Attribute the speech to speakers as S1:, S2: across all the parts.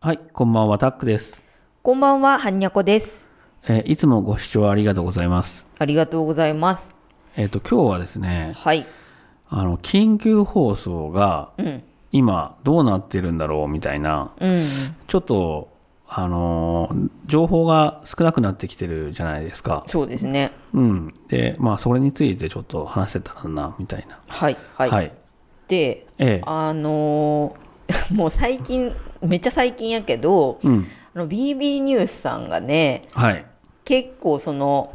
S1: はい、こんばんは、タックです。
S2: こんばんは、はんにゃこです。
S1: えーいつもご視聴ありがとうございます。
S2: ありがとうございます。
S1: えっ、と、今日はですね、
S2: はい。
S1: あの、緊急放送が、
S2: うん。
S1: 今、どうなってるんだろうみたいな、
S2: うん。
S1: ちょっと、あのー情報が少なくなってきてるじゃないですか。
S2: そうですね。
S1: うん。で、まあ、それについてちょっと話せたらな、みたいな。
S2: はい。はい。
S1: はい。
S2: で、
S1: ええ
S2: あのー もう最近、めっちゃ最近やけど、
S1: うん。
S2: あの BB ニュースさんがね、
S1: はい。
S2: 結構その、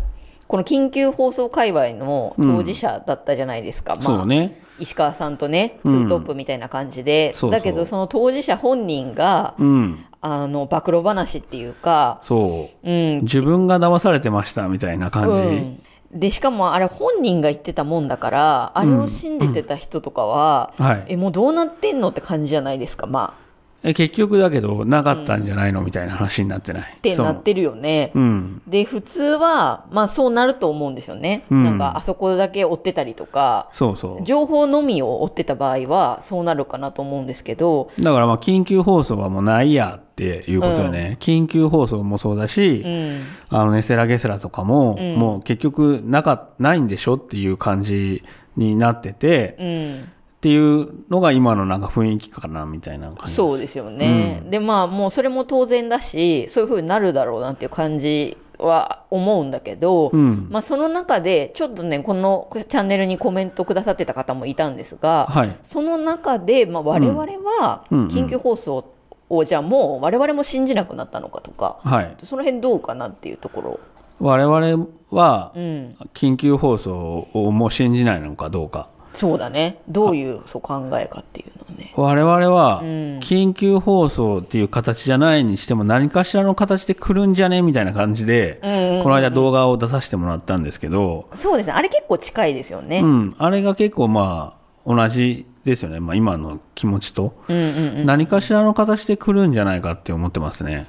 S2: この緊急放送界隈の当事者だったじゃないですか。まあ
S1: そうね。
S2: 石川さんとね、ツ
S1: うん
S2: ートップみたいな感じで、
S1: そうそう
S2: だけどその当事者本人が、
S1: うん。
S2: あの、暴露話っていうか、
S1: そう。
S2: うん、
S1: 自分が騙されてました、みたいな感じ。
S2: うん、でしかもあれ本人が言ってたもんだからあれを信じてた人とかは、
S1: はい。
S2: えもうどうなってんのって感じじゃないですかまあ
S1: え結局だけど、なかったんじゃないのみたいな話になってない。
S2: って
S1: そ
S2: な
S1: の
S2: ってるよね、
S1: うん。
S2: で普通はまあそうなると思うんですよね、
S1: うん
S2: なんかあそこだけ追ってたりとか
S1: そうそう。
S2: 情報のみを追ってた場合はそうなるかなと思うんですけど
S1: だからまあ、緊急放送はもうないやっていうことよね。緊急放送もそうだし、
S2: うん
S1: あの、ネセラゲセラとかも、もう結局、なか、ないんでしょっていう感じになってて、
S2: うん
S1: っていうのが今のなんか雰囲気かな、みたいな感じ。
S2: そうですよね、でまあもうそれも当然だしそういうふうになるだろうなっていう感じは思うんだけど、
S1: ん
S2: まあ、その中でちょっとねこのチャンネルにコメントくださってた方もいたんですが、
S1: はい。
S2: その中で、まあ、我々は
S1: うんうんうん
S2: 緊急放送をじゃあもう我々も信じなくなったのかとか
S1: はい。
S2: その辺どうかなっていうところ、
S1: 我々は
S2: う、ん、
S1: 緊急放送をもう信じないのかどうか。
S2: そうだねどういうそう考えかっていうのね。
S1: 我々は
S2: うん
S1: 緊急放送っていう形じゃないにしても何かしらの形で来るんじゃねみたいな感じで、
S2: うんうんうん
S1: この間動画を出させてもらったんですけど、
S2: そうですねあれ結構近いですよ
S1: う
S2: ね。
S1: ん、あれが結構まあ同じですよね、まあ、今の気持ちと、
S2: うんうん
S1: 何かしらの形で来るんじゃないかって思ってますね、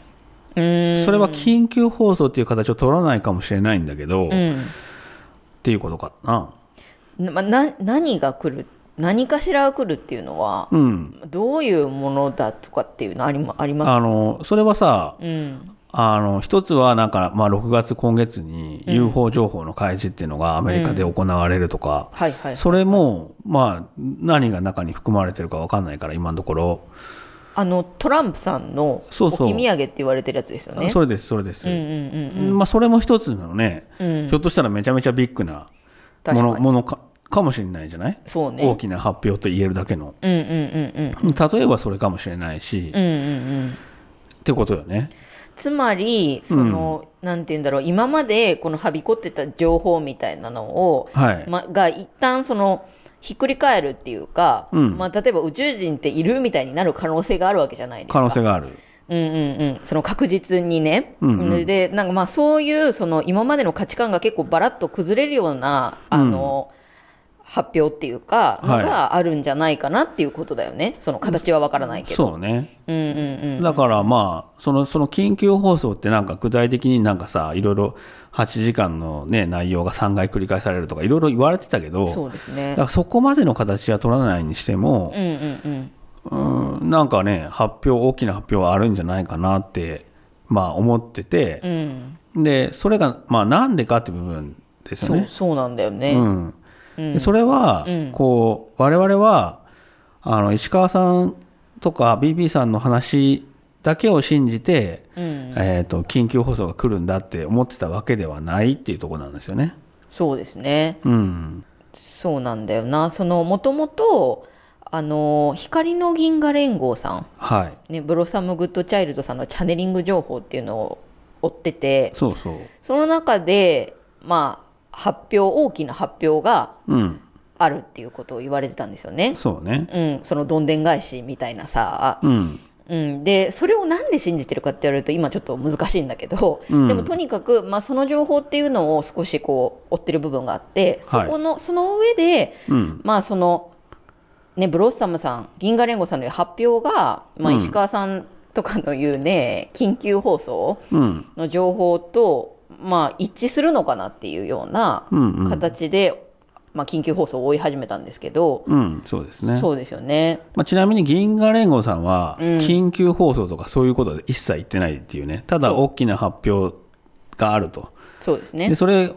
S2: うん
S1: それは緊急放送っていう形を取らないかもしれないんだけど、
S2: う
S1: っ
S2: ん
S1: ていうことかな
S2: まあ、な何が来る何かしらが来るっていうのは、
S1: うん
S2: どういうものだとかっていうのありまあります
S1: あのそれはさ
S2: うん
S1: あの、一つはなんか、まあ、6月今月に UFO 情報の開示っていうのがアメリカで行われるとか、
S2: はいはい
S1: それも、まあ、何が中に含まれてるかわかんないから、今のところ。
S2: あのトランプさんの
S1: そうそう
S2: 置き土産って言われてるやつですよね
S1: それです、それです。
S2: うんうん
S1: まあ、それも一つのね、
S2: うんうん
S1: ひょっとしたらめちゃめちゃビッグなも
S2: 確
S1: の
S2: かに
S1: ものかかもしれないじゃない、
S2: そうね
S1: 大きな発表と言えるだけの。
S2: うんうんうん
S1: 例えばそれかもしれないし、
S2: うんうんうんうん
S1: ってことよね。
S2: つまりその、なんて言うんだろう今までこのはびこってた情報みたいなのを、
S1: はい。
S2: ま、が一旦そのひっくり返るっていうか、
S1: うん
S2: まあ、例えば宇宙人っているみたいになる可能性があるわけじゃないですか
S1: 可能性がある。
S2: うんうんうん、その確実にね、
S1: うんうん
S2: でなんかまあそういうその今までの価値観が結構ばらっと崩れるようなあの、発表っていうかのがあるんじゃないかなっていうことだよね、その形はわからないけど。
S1: そうね。
S2: うんうんうん
S1: だからまあ、その、その緊急放送ってなんか具体的になんかさ、いろいろ8時間のね、内容が3回繰り返されるとかいろいろ言われてたけど、
S2: そうです
S1: だ
S2: ね
S1: か。らそこまでの形は取らないにしても
S2: う、んうん
S1: うん、なんかね、発表、大きな発表はあるんじゃないかなって、まあ思って
S2: う
S1: て、
S2: んうん
S1: で、それが、まあなんでかって部分ですよ
S2: そう
S1: ね。
S2: そうなんだよね。
S1: うん。
S2: うん
S1: でそれは、こう、我々は、あの、石川さんとか BB さんの話だけを信じて、
S2: うん
S1: えー、と緊急放送が来るんだって思ってたわけではないっていうところなんですよね。
S2: そうですね。
S1: うん、
S2: そうなんだよな。そのもともとあの光の銀河連合さん
S1: はい、
S2: ね、ブロサム・グッド・チャイルドさんのチャネリング情報っていうのを追ってて
S1: そうそう、
S2: その中で、まあ、発表大きな発表が
S1: うん、
S2: あるっていうことを言われてたんですよね。
S1: そうね、
S2: うん、そのどんでん返しみたいなさ、
S1: うん、
S2: うん、でそれをなんで信じてるかって言われると今ちょっと難しいんだけど、
S1: うん
S2: でもとにかく、まあ、その情報っていうのを少しこう追ってる部分があってそこの、その上で
S1: うん、
S2: まあそのねブロッサムさん銀河連合さんの発表が、まあ、
S1: うん
S2: 石川さんとかの言うね、緊急放送
S1: うん、
S2: の情報と、まあ、一致するのかなっていうような
S1: うん、うん、
S2: 形でまあ、緊急放送を追い始めたんですけど、
S1: うん、そうですね。
S2: そうですよね。
S1: まあ、ちなみに銀河連合さんは、緊急放送とかそういうことで一切言ってないっていうね、ただ大きな発表があると。
S2: そうですね
S1: で、。それ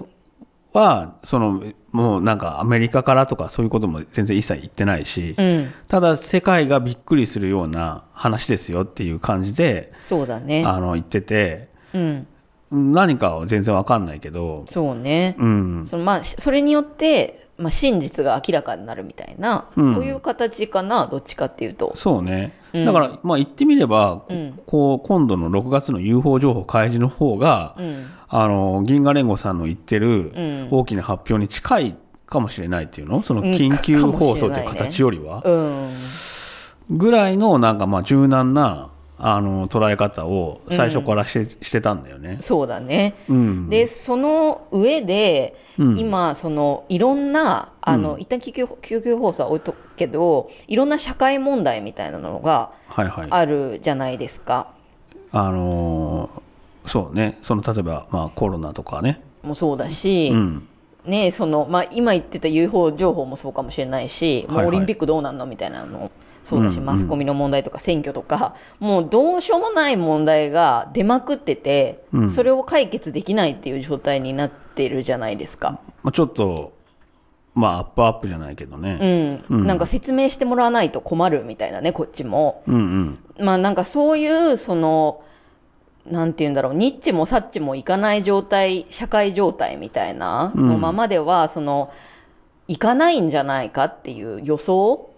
S1: は、その、もうなんかアメリカからとかそういうことも全然一切言ってないし、
S2: うん、
S1: ただ世界がびっくりするような話ですよっていう感じで、
S2: そうだね。
S1: あの、言ってて、
S2: うん、
S1: 何かは全然わかんないけど、
S2: そうね。
S1: うん、
S2: そのまあ、しそれによって、まあ、真実が明らかになるみたいな、そういう形かな、どっちかっていうと。
S1: そうね。だから、まあ言ってみれば、こう、今度の6月の UFO 情報開示の方が、
S2: うん、
S1: あの、銀河連合さんの言って
S2: う
S1: る
S2: ん、
S1: 大きな発表に近いかもしれないっていうのその緊
S2: う
S1: 急
S2: んかかも
S1: 放
S2: し
S1: 送
S2: れな
S1: と
S2: い
S1: い
S2: ね
S1: う形よりは、
S2: うん、
S1: ぐらいのなんかまあ柔軟な、あの、捉え方を最初からして,、してたんだよね。
S2: そうだね。
S1: うん。
S2: でその上で、
S1: うん
S2: 今そのいろんなあの、一旦救急救急放送は置いとくけどいろんな社会問題みたいなのが
S1: はいはい。
S2: あるじゃないですか、
S1: あのーそうね。その、例えば、まあコロナとかね。
S2: もうそうだし、
S1: うん。
S2: ねそのまあ、今言ってた UFO 情報もそうかもしれないし、も
S1: は
S2: う
S1: い
S2: オ
S1: はい
S2: リンピックどうなんのみたいなのもそうだし、
S1: うん
S2: マスコミの問題とか選挙とか、もうどうしようもない問題が出まくってて、
S1: うん
S2: それを解決できないっていう状態になってるじゃないですか。
S1: まあちょっと、まあアップアップじゃないけどね。
S2: うん、なんか説明してもらわないと困るみたいなね、こっちも。
S1: うんうん。
S2: まあなんかそういう、その、なんて言うんだろう、ニッチもサッチもいかない状態、社会状態みたいなのままでは、その、いかないんじゃないかっていう予想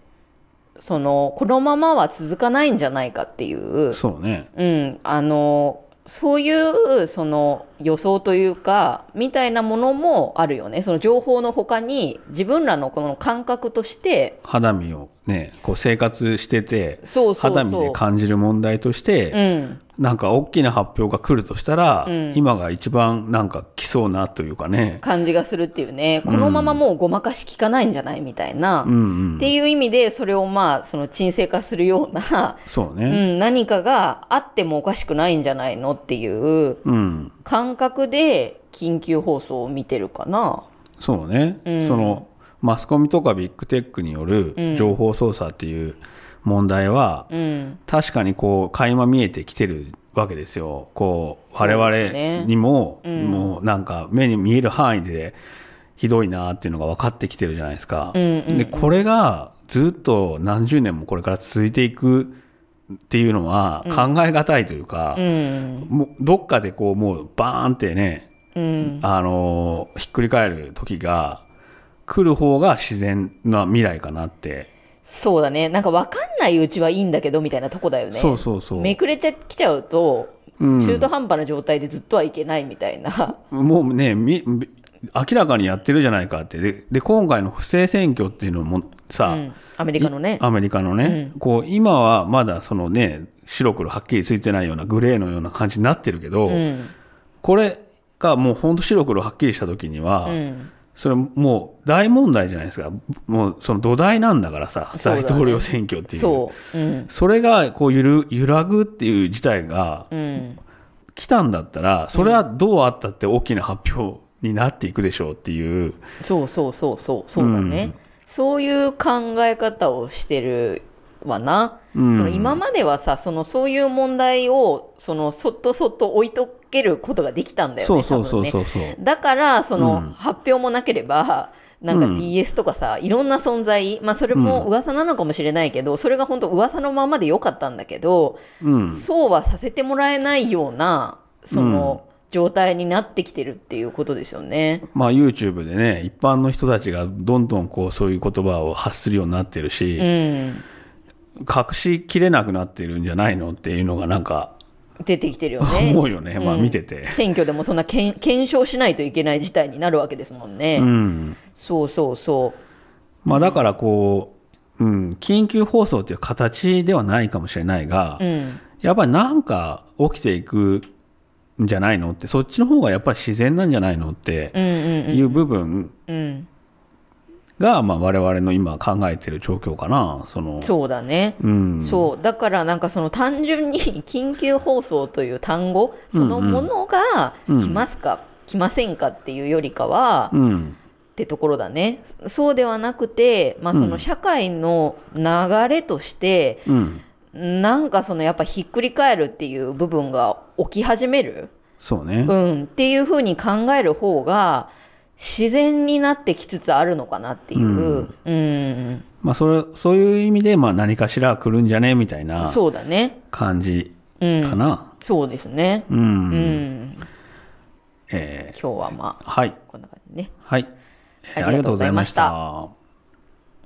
S2: その、このままは続かないんじゃないかっていう、
S1: そうね。
S2: うん、あの、そういう、その、予想というか、みたいなものもあるよね。その情報の他に、自分らのこの感覚として、
S1: 肌身をね、こう生活してて、
S2: そうそうそ
S1: 肌
S2: う
S1: 身で感じる問題として、
S2: うん、
S1: なんか大きな発表が来るとしたら、
S2: うん
S1: 今が一番なんか来そうなというかね。
S2: 感じがするっていうね、このままもうごまかし効かないんじゃないみたいな、
S1: うんうん。
S2: っていう意味で、それをまあ、その沈静化するような、
S1: そう
S2: う
S1: ね。
S2: ん、何かがあってもおかしくないんじゃないのっていう
S1: うん。
S2: 感覚で緊急放送を見てるかな。
S1: そうね、その、マスコミとかビッグテックによる情報操作っていう問題は、
S2: うん、
S1: 確かにこう、垣間見えてきてるわけですよ。こう、
S2: そう
S1: 我
S2: ですね
S1: 々にも、もうなんか目に見える範囲でひどいなっていうのが分かってきてるじゃないですか。
S2: うん、うん。
S1: で、これがずっと何十年もこれから続いていくっていうのは考え難いというか
S2: う、ん、
S1: もうどっかでこうもうバーンってね、
S2: うん、
S1: あのーひっくり返る時が来る方が自然な未来かなって。
S2: そうだね。なんかわかんないうちはいいんだけど、みたいなとこだよね。
S1: そうそうそう。
S2: めくれてきちゃうと、
S1: うん
S2: 中途半端な状態でずっとはいけないみたいな。
S1: もうね、み明らかにやってるじゃないかって。で、で今回の不正選挙っていうのもさ、
S2: うん、アメリカのね。
S1: アメリカのね、こう今はまだそのね、白黒はっきりついてないようなグレーのような感じになってるけど、
S2: うん、
S1: これがもう本当白黒はっきりした時には、
S2: うん。
S1: それもう大問題じゃないですか。もうその土台なんだからさ、
S2: そうだ
S1: 大
S2: ね
S1: 統領選挙っていう。
S2: そう、うん
S1: それがこう揺る揺らぐっていう事態が
S2: うん、
S1: 来たんだったら、それはどうあったって大きな発表になっていくでしょうっていう。
S2: そうそうそうそうそうだね、そういう考え方をしてるわな、
S1: うん
S2: その今まではさそのそういう問題をそのそっとそっと置いとけることができたんだよね
S1: そうそう
S2: 多
S1: そ
S2: 分
S1: う
S2: ね
S1: そうそう。
S2: だからその、
S1: うん
S2: 発表もなければなんか DS とかさ、いろんな存在、まあ、それも噂なのかもしれないけど、それが本当噂のままでよかったんだけど、
S1: うん。
S2: そうはさせてもらえないようなその、状態になってきてるっていうことですよね。
S1: まあ YouTube でね、一般の人たちがどんどんこうそういう言葉を発するようになってるし、
S2: うん、
S1: 隠しきれなくなってるんじゃないのっていうのがなんか
S2: 出てきてるよね。
S1: 思うよね。まあ
S2: うん
S1: 見てて。
S2: 選挙でもそんなけん検証しないといけない事態になるわけですもんね。
S1: うん。
S2: そうそうそう。
S1: まあだからこう、うん、緊急放送っていう形ではないかもしれないが、
S2: うん、
S1: やっぱりなんか起きていくんじゃないのって、そっちの方がやっぱり自然なんじゃないのって
S2: うん、うん
S1: いう部分
S2: うん、
S1: が、まあ我々の今考えてる状況かな、その。
S2: そうだね。
S1: うん。
S2: そうだからなんかその単純に緊急放送という単語そのものが来ますか、来ませんかっていうよりかは、
S1: うん。
S2: ってところだねそうではなくて、まあ、その社会の流れとして、
S1: うん。
S2: なんかそのやっぱひっくり返るっていう部分が起き始める、
S1: そうね。
S2: うん、っていうふうに考える方が自然になってきつつあるのかなっていう、うん
S1: まあ、それ、そういう意味で、まあ、何かしら来るんじゃねみたいな
S2: そうだね、
S1: 感じ
S2: うん、
S1: かな。
S2: そうですね、
S1: うん。
S2: うん、
S1: え
S2: 今日はまあ
S1: ーはい。
S2: こんな感じね
S1: はい。えー
S2: あ
S1: あ
S2: り
S1: りがとう
S2: がとうご
S1: ご
S2: ざ
S1: ざ
S2: い
S1: い
S2: ま
S1: ま
S2: し
S1: したた。